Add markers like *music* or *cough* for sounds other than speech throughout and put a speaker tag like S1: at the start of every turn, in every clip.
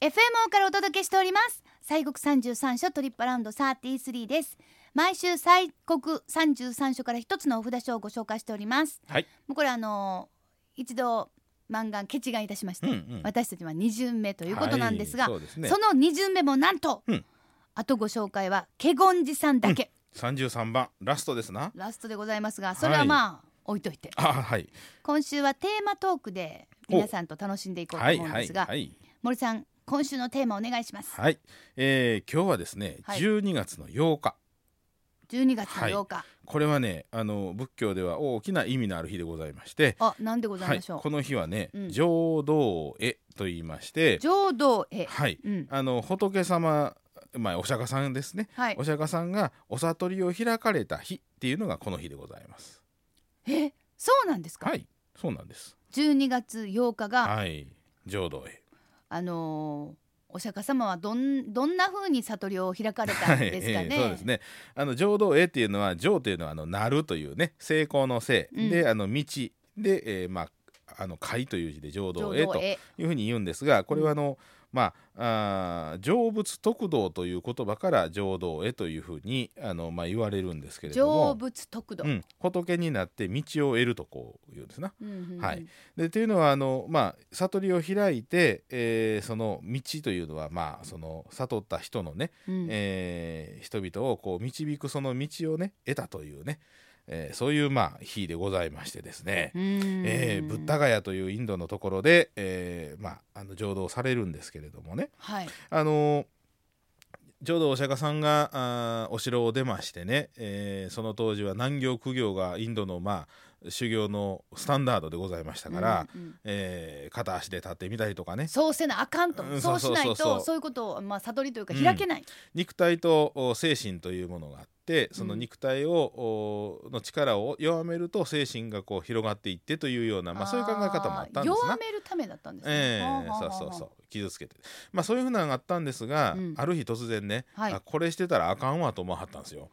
S1: FMO からお届けしております西国三十三所トリップアラウンド33です毎週西国三十三所から一つのお札書をご紹介しております
S2: はい
S1: もうこれあのー一度漫画決願いたしまして、
S2: うんうん
S1: 私たちは二巡目ということなんですが、
S2: はいそうです
S1: そ
S2: ね
S1: の二巡目もなんと、
S2: うん
S1: あとご紹介はケゴンジさんだけ、
S2: 三十三番ラストですな
S1: ラストでございますがそれはまあ、置いといて
S2: あはい
S1: 今週はテーマトークで皆さんと楽しんでいこうと
S2: はい
S1: 思うん
S2: は
S1: で
S2: い
S1: すが、
S2: はい
S1: 森さん今週のテーマお願いします
S2: はい、えー、今日はですね
S1: はい
S2: 十二月の八日、
S1: 12月の8日、
S2: これはねあの仏教では大きな意味のある日でございまして
S1: あなんでござい
S2: は
S1: ま
S2: い、
S1: しょう、
S2: この日はね、
S1: うん
S2: 浄土絵と言いまして、
S1: 浄土へ
S2: はい、
S1: うん
S2: あの仏様、まあ、お釈迦さんですね、
S1: はい
S2: お釈迦さんがお悟りを開かれた日っていうのがこの日でございます。
S1: えそうなんですか、
S2: はい、そうなんです。
S1: 12月8日が、
S2: はい、浄土絵。
S1: あのーお釈迦様はどんどんな風に悟りを開かれたん
S2: はい、
S1: ですかね。
S2: ええそうですね。あの浄土絵っていうのは浄というのはあのなるというね、成功のせい、
S1: うん
S2: であの道で、えー、まああの解という字で浄土絵と
S1: へ
S2: いうふうに言うんですがこれはあの、まああー成仏得道という言葉から浄土へというふうにあの、まあ、言われるんですけれど
S1: 成
S2: も、
S1: 仏得度、
S2: うん、仏になって道を得るとこう言うんですな。
S1: うんうんうん
S2: はいでというのはあの、まあ、悟りを開いて、えーその道というのは、まあ、その悟った人のね、
S1: うん
S2: えー人々をこう導くその道をね得たというね、えーそういう、まあ、日でございましてですね。
S1: うん
S2: えーブッダガヤというインドのところで、えーまあ、あの浄土をされるんですけれどもね、
S1: はい
S2: あのー浄土お釈迦さんがあーお城を出ましてね、えーその当時は南行苦行がインドの、まあ、修行のスタンダードでございましたから、
S1: うんうん
S2: えー片足で立ってみたりとかね
S1: そうせなあかんと、
S2: うん
S1: そうしないと
S2: そうそうそうそう
S1: そういうことを、まあ、悟りというか開けない、
S2: 肉体とお精神というものがあってその肉体を、おの力を弱めると精神がこう広がっていってというような、まあ、そういう考え方もあったんですな。
S1: 弱めるためだったんですね、
S2: ええ
S1: はあはあは
S2: そう
S1: あ
S2: そうそう傷つけてまあそういうふうなのがあったんですが、
S1: うん
S2: ある日突然ね、
S1: はい
S2: あこれしてたらあかんわと思わはったんですよ。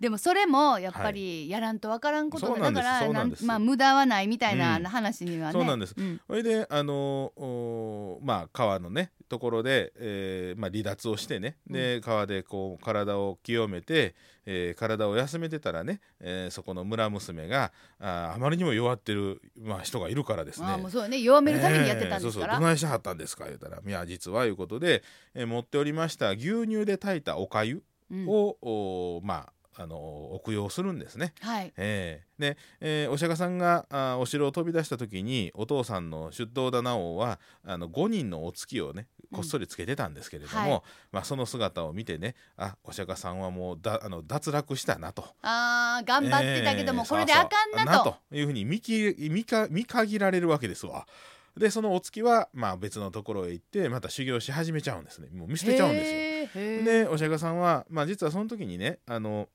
S1: でもそれもやっぱりやらんとわからんこと
S2: そうな
S1: だ
S2: んで
S1: か
S2: す
S1: ら
S2: そう
S1: な
S2: なん
S1: ん
S2: です
S1: まあ無駄はないみたいな
S2: うん
S1: 話にはね、
S2: そうなんです
S1: うん
S2: それであのーおーまあ川のねところで、えーまあ、離脱をしてねで川でこう体を清めて、えー体を休めてたらね、えーそこの村娘があーあまりにも弱ってる、まあ、人がいるからですね。
S1: ああもうそうよね弱めるためにやってたんですか
S2: ええそうそうど
S1: ら、
S2: ないしはったんですか言うたら「いや実は」いうことで、えー持っておりました牛乳で炊いたおかゆ
S1: うん
S2: を、おまあ、あのお供養するんですね。
S1: はい
S2: ええで、えーお釈迦さんがあーお城を飛び出した時にお父さんの出頭棚王はあの5人のお月をねこっそりつけてたんですけれども、
S1: はい
S2: まあ、その姿を見てねあお釈迦さんはもうだあの脱落したなと。
S1: ああ頑張ってたけども、
S2: えー
S1: これであかんなと
S2: そうそうというふうに見き見か見限られるわけですわ。でそのお月は、まあ、別のところへ行ってまた修行し始めちゃうんですねもう見捨てちゃうんですよ。
S1: すよ
S2: でお釈迦さんは、まあ、実はその時にねあの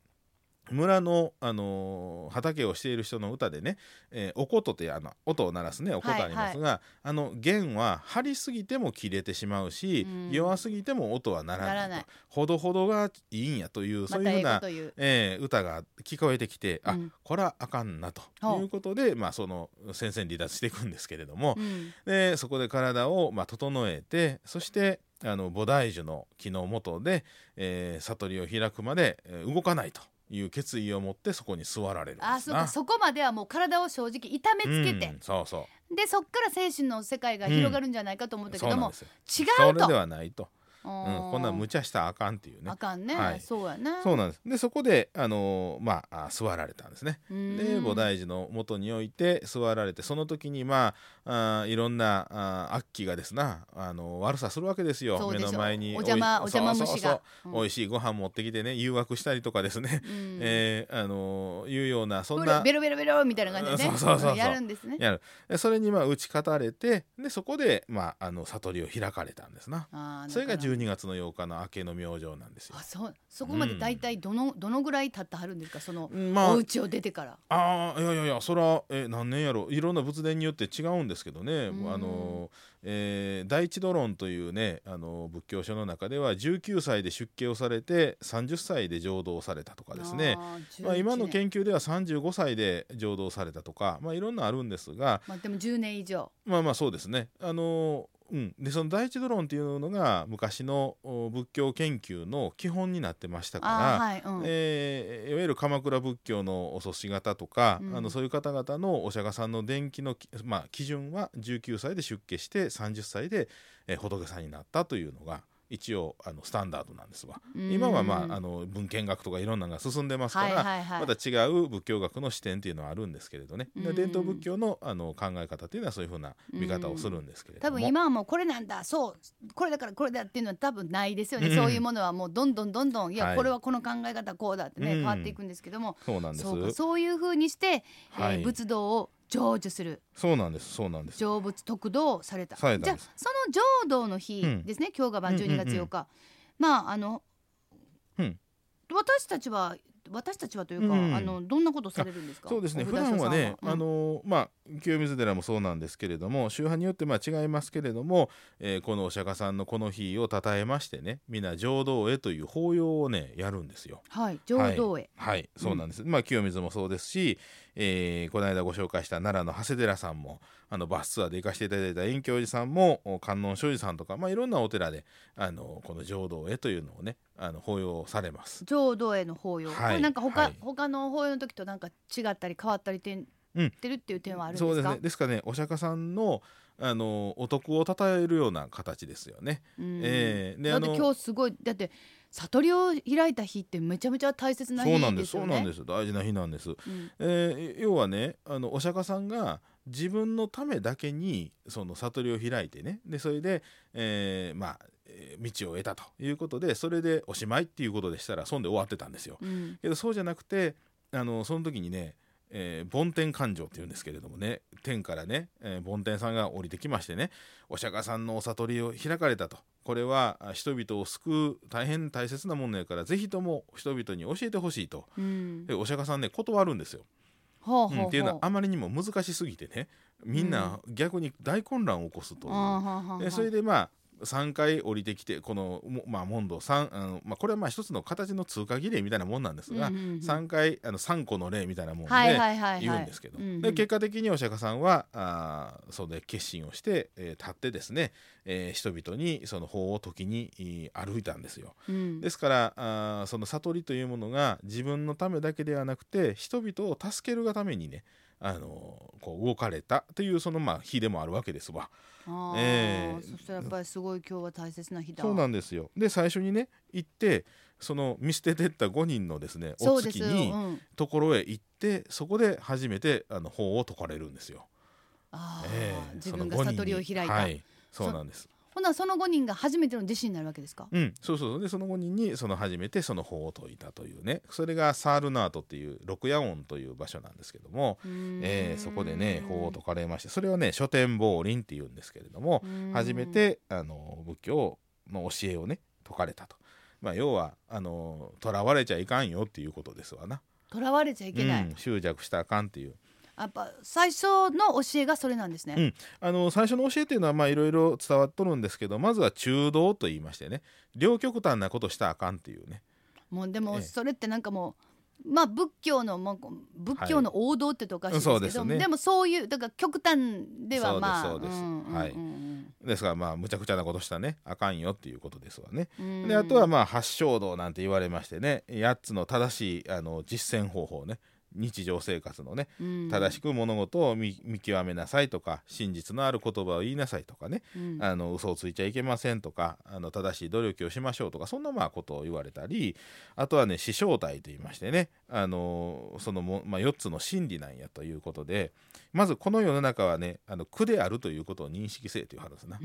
S2: 村の、あの畑をしている人の歌でね「えーおこと」ってあの音を鳴らすねおことありますが、あの弦は張りすぎても切れてしまうし、
S1: うん
S2: 弱すぎても音は鳴らない
S1: ならない
S2: ほどほどがいいんやという
S1: ま
S2: そうい
S1: た
S2: うふう
S1: 英語
S2: な、
S1: という
S2: えー歌が聞こえてきて、
S1: う
S2: あ
S1: ん
S2: これはあかんなと
S1: ほう
S2: いうことで、まあ、その戦線離脱していくんですけれども、
S1: うん
S2: でそこで体を、まあ、整えてそしてあの菩提樹の木の下で、えー悟りを開くまで、えー動かないという決意を持ってそこに座られるんですな
S1: あーそうかそこまではもう体を正直痛めつけ
S2: う
S1: て
S2: ん、そうそ
S1: でそっから精神の世界が広がるんじゃないかと思っ
S2: う
S1: たけ
S2: そう
S1: ど
S2: なん
S1: も
S2: で、すよ
S1: 違うと
S2: それではないと、うん、こんなん無
S1: 茶、
S2: 茶したらあかんっていうね
S1: あかんね、
S2: はい
S1: そうやね
S2: そうなんですでそこで、あのーまああ座られたんですね
S1: うん
S2: で菩提寺の元に置いて座られてその時にまああーいろんなあー悪鬼がですなあの悪さするわけですよ
S1: そう
S2: 目
S1: でしょ
S2: の前に
S1: お邪魔
S2: い
S1: お邪魔虫が
S2: そうそうそう
S1: うん
S2: 美味しいご飯持ってきてね誘惑したりとかですね、
S1: うん
S2: えーあのーいうようなそん
S1: これ
S2: な
S1: ベロベロベロみたいな感じでね
S2: そうそうそうそうん
S1: やるんですね
S2: やるでそれにまあ打ち勝たれてでそこで、まあ、あの悟りを開かれたんですな
S1: あー
S2: それが
S1: だから
S2: 12月の8日の明けの明星なんですよ
S1: あ。そうそこまで大体どの、どのぐらい経ってはるんですかその、
S2: まあ
S1: お家を出てから
S2: ああいやいやいやそらえ何年やろいろんな仏殿によって違うんですけどね、
S1: うん
S2: あの、えー第一ドロンというねあの仏教書の中では19歳で出家をされて30歳で浄土をされたとかですね
S1: あー11
S2: まあ、今の
S1: 年
S2: 研究では35歳で浄土をされたとか、まあ、いろんなあるんですが
S1: まあ、でも10年以上
S2: まあまあそうですねあのうん、でその第一ドローンっていうのが昔のお仏教研究の基本になってましたから、
S1: あーはい、うん
S2: えーいわゆる鎌倉仏教のお祖師方とか、
S1: うん
S2: あのそういう方々のお釈迦さんの伝記のき、まあ、基準は19歳で出家して30歳で、えー仏さんになったというのが一応あのスタンダードなんですわ。今は、まあ、あ
S1: の
S2: の文献学とかいろんなのが進んでますから、
S1: はいはいはい、
S2: また違う仏教学の視点っていうのはあるんですけれどね、で
S1: うん
S2: 伝統仏教のあの考え方っていうのはそういうふうな見方をするんですけれど
S1: 多
S2: も、
S1: 分今はもうこれなんだそうこれだからこれだっていうのは多分ないですよね、
S2: うん
S1: そういうものはもうどんどんどんどんいや、
S2: はい
S1: これはこの考え方こうだってね、
S2: うん
S1: 変わっていくんですけども
S2: そうなんです
S1: そうかそういうふうにして、
S2: は
S1: え
S2: い
S1: ー仏道を成就する
S2: そうなんですそうなんです
S1: 成仏得道をされた
S2: されたん
S1: じゃあ
S2: です
S1: その浄土の日ですね、今日が晩12月8日、まああの、
S2: うん
S1: 私たちは私たちはというか、
S2: うん
S1: あのどんなことをされるんですか
S2: そうですね
S1: お
S2: 普
S1: 札所さ
S2: 段
S1: ん
S2: はね、
S1: うん
S2: あのまあ清水寺もそうなんですけれども宗派によってまあ違いますけれども、えーこのお釈迦さんのこの日を称えましてね皆浄土へという法要をねやるんですよ。
S1: はい浄土へ、
S2: はい、そうなんです。まあ清水もそうですし、えーこの間ご紹介した奈良の長谷寺さんもあのバスツアーで行かせていただいた遠教寺さんもお観音庄司さんとか、まあ、いろんなお寺であのこの浄土へというのをねあの法要されます。
S1: 浄土への法要、
S2: はい
S1: これなんか他、
S2: はい
S1: 他の法要の時となんか違ったり変わったりてん、
S2: うん
S1: ってるっていう点はあるんですか
S2: そうですねですからねお釈迦さんのあのお徳を称えるような形ですよね。
S1: うん
S2: えーで
S1: だ
S2: あ
S1: って
S2: の
S1: 今日すごいだって悟りを開いた日ってめちゃめちゃ大切な日
S2: そうなんで
S1: ですすよ
S2: そう
S1: ね。
S2: なんです大事な日なんです。
S1: うん
S2: えー要はねあのお釈迦さんが自分のためだけにその悟りを開いてねでそれで、えーまあえー道を得たということでそれでおしまいっていうことでしたらそんで終わってたんですよ。
S1: うん
S2: けどそうじゃなくてあのその時にね、えー梵天感情っていうんですけれどもね天からね、えー梵天さんが降りてきましてねお釈迦さんのお悟りを開かれたとこれはあ人々を救う大変大切なものやからぜひとも人々に教えてほしいと
S1: うん
S2: でお釈迦さんね断るんですよ。
S1: ほう
S2: う
S1: ほうほ
S2: ん
S1: う
S2: っていうのはあまりにも難しすぎてねみんな逆に大混乱を起こすとい
S1: あー
S2: う、
S1: はんはんはん
S2: でそれでまあ3回降りてきてこの、もまあ、問答三あの、まあ、これはまあ一つの形の通過儀礼みたいなもんなんですが、
S1: うんうんうん
S2: 3回あの3個の例みたいなもんで
S1: はいはいはいはい
S2: 言うんですけど、
S1: うう
S2: で結果的にお釈迦さんはあーそれで決心をして、えー立ってですね、えー人々にその法を時にえー歩いたんですよ。
S1: うん
S2: ですからあーその悟りというものが自分のためだけではなくて人々を助けるがためにねあのーこう動かれたというそのまあ日でもあるわけですわ。
S1: あー
S2: えー
S1: そしたらやっぱりすごい今日は大切な日だ。
S2: そうなんですよ。で最初にね行ってその見捨ててった5人のですね
S1: そ
S2: お
S1: うです
S2: 月
S1: よ
S2: に
S1: うん
S2: ところへ行ってそこで初めてあの法を説かれるんですよ。
S1: あー
S2: ええ
S1: 自
S2: そ
S1: 分が
S2: の五人に
S1: 悟りを開いた。
S2: はいそうなんです。
S1: ほなその五人が初めての弟子になるわけですか。
S2: うん、そうそうそうでその5人にその初めてその法を説いたというねそれがサールナートっていう六夜音という場所なんですけども、え
S1: え
S2: ーそこでね法を説かれましてそれはね書天法輪っていうんですけれども初めてあの仏教の教えをね説かれたと。まあ、要はあの囚われちゃいかんよっていうことですわな。
S1: とらわれちゃいけない、
S2: うん、執着したらあかんっていう
S1: やっぱ最初の教えがそれなんですね、
S2: うんあの最初の教えっていうのはまあいろいろ伝わっとるんですけどまずは中道と言いましてね両極端なことしたらあかんっていうね
S1: もうでも
S2: ええ
S1: それってなんかもうまあ仏教のもう仏教の王道ってとかしいですけど、
S2: そうですね
S1: でもそういうだから極端ではまあ
S2: そうですそうです
S1: んん
S2: はい
S1: ん
S2: ですからまあむちゃくちゃなことしたらねあかんよっていうことですわね。
S1: うん
S2: であとはまあ八正道なんて言われましてね8つの正しいあの実践方法ね日常生活のね
S1: うん
S2: 正しく物事を見見極めなさいとか真実のある言葉を言いなさいとかね
S1: うん
S2: あの嘘をついちゃいけませんとかあの正しい努力をしましょうとかそんなまあことを言われたりあとはね師匠体と言いましてねあのそのも、まあ、4つの真理なんやということでまずこの世の中はねあの苦であるということを認識せえという話だな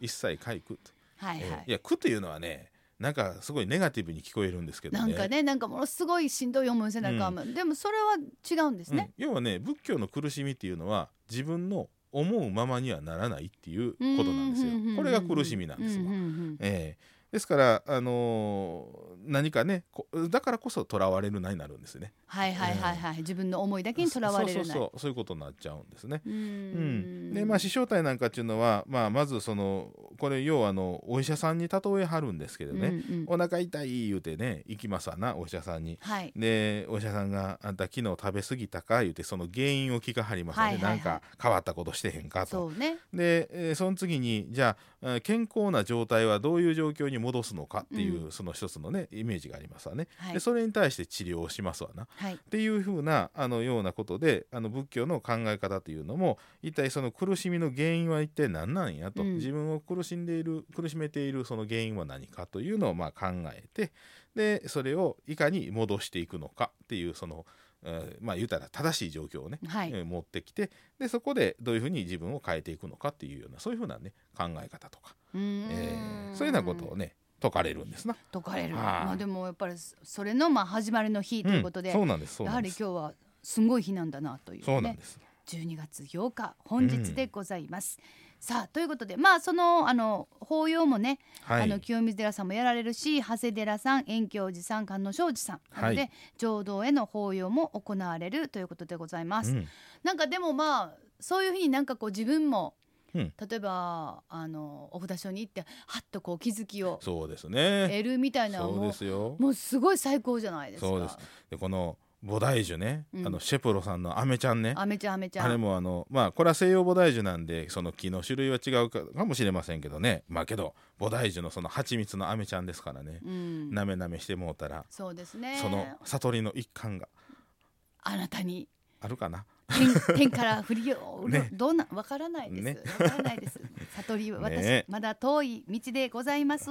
S2: 一切皆苦と、
S1: はいはい、
S2: ええいや苦というのはねなんかすごいネガティブに聞こえるんですけど
S1: なんかねなんかものすごいしんどい思いせなあかん、でもそれは違うんですね、
S2: うん要はね仏教の苦しみっていうのは自分の思うままにはならないっていうことなんですよ
S1: ううううう
S2: これが苦しみなんですわ
S1: ううう
S2: ええですから、あのー何かねこだからこそとらわれるなになるんですね。
S1: はいはいはいはい、自分の思いだけにとらわれる
S2: そうそうそうそういうことになっちゃうんですね。
S1: う
S2: うんん、でまあ、視聴体なんかっていうのは、まあ、まずそのこれ要はあのお医者さんに例えはるんですけどね、
S1: うんうん
S2: お腹痛い言うてね行きますわなお医者さんに。
S1: はい
S2: でお医者さんが「あんた昨日食べ過ぎたか?」言うてその原因を聞かはりますよね、
S1: はいはいはい
S2: なんか変わったことしてへんかと。
S1: そうね
S2: で、えーその次にじゃあえー健康な状態はどういう状況に戻すのかっていう、その一つのねイメージがありますわね。
S1: はい
S2: でそれに対して治療をしますわな。
S1: はい
S2: っていうふうなあのようなことであの仏教の考え方というのも一体その苦しみの原因は一体何なんやと、
S1: うん
S2: 自分を苦しんでいる苦しめているその原因は何かというのをまあ考えてでそれをいかに戻していくのかっていうその、えーまあ言うたら正しい状況をね、
S1: はい
S2: えー持ってきてでそこでどういうふうに自分を変えていくのかっていうようなそういうふうなね考え方とか、
S1: うーん
S2: えーそういうようなことをね説かれるんですな。
S1: 解かれる
S2: はい
S1: まあでもやっぱりそそれのまあ始まりの日ということで、
S2: うんそうなんですそう
S1: や
S2: な
S1: は
S2: ん
S1: り
S2: です
S1: 今日はすごい日なんだなとい
S2: そううなん
S1: ね
S2: です。
S1: 12月8日本日でございます、さあということでまあそのあの法要もね、
S2: はい、
S1: あの清水寺さんもやられるし長谷寺さん遠京寺さん観音庄司さんなので、
S2: は
S1: 浄土への法要も行われるということでございます、
S2: うん
S1: なんかでもまあそういうふうになんかこう自分も、
S2: うん
S1: 例えばあのお札所に行ってはっとこう気づきを
S2: そうですね。
S1: 得るみたいなの
S2: そうで
S1: も
S2: すよ。
S1: もうすごい最高じゃないですか。
S2: そうです。でこの菩提樹ね、
S1: うん
S2: あのシェプロさんのアメちゃんね。
S1: あめちゃんあめちゃん。
S2: あれもあのまあこれは西洋菩提樹なんでその木の種類は違うかかもしれませんけどねまあけど菩提樹のその蜂蜜のアメちゃんですからね、
S1: うん、
S2: なめなめしてもうたら、
S1: そうですね。
S2: その悟りの一環が
S1: あなたに
S2: あるかな
S1: 天 *laughs* 天から降りよう、
S2: ね
S1: どうなわからないです。わ、
S2: *laughs* ね
S1: からないです。悟りは私、
S2: ね
S1: まだ遠い道でございます。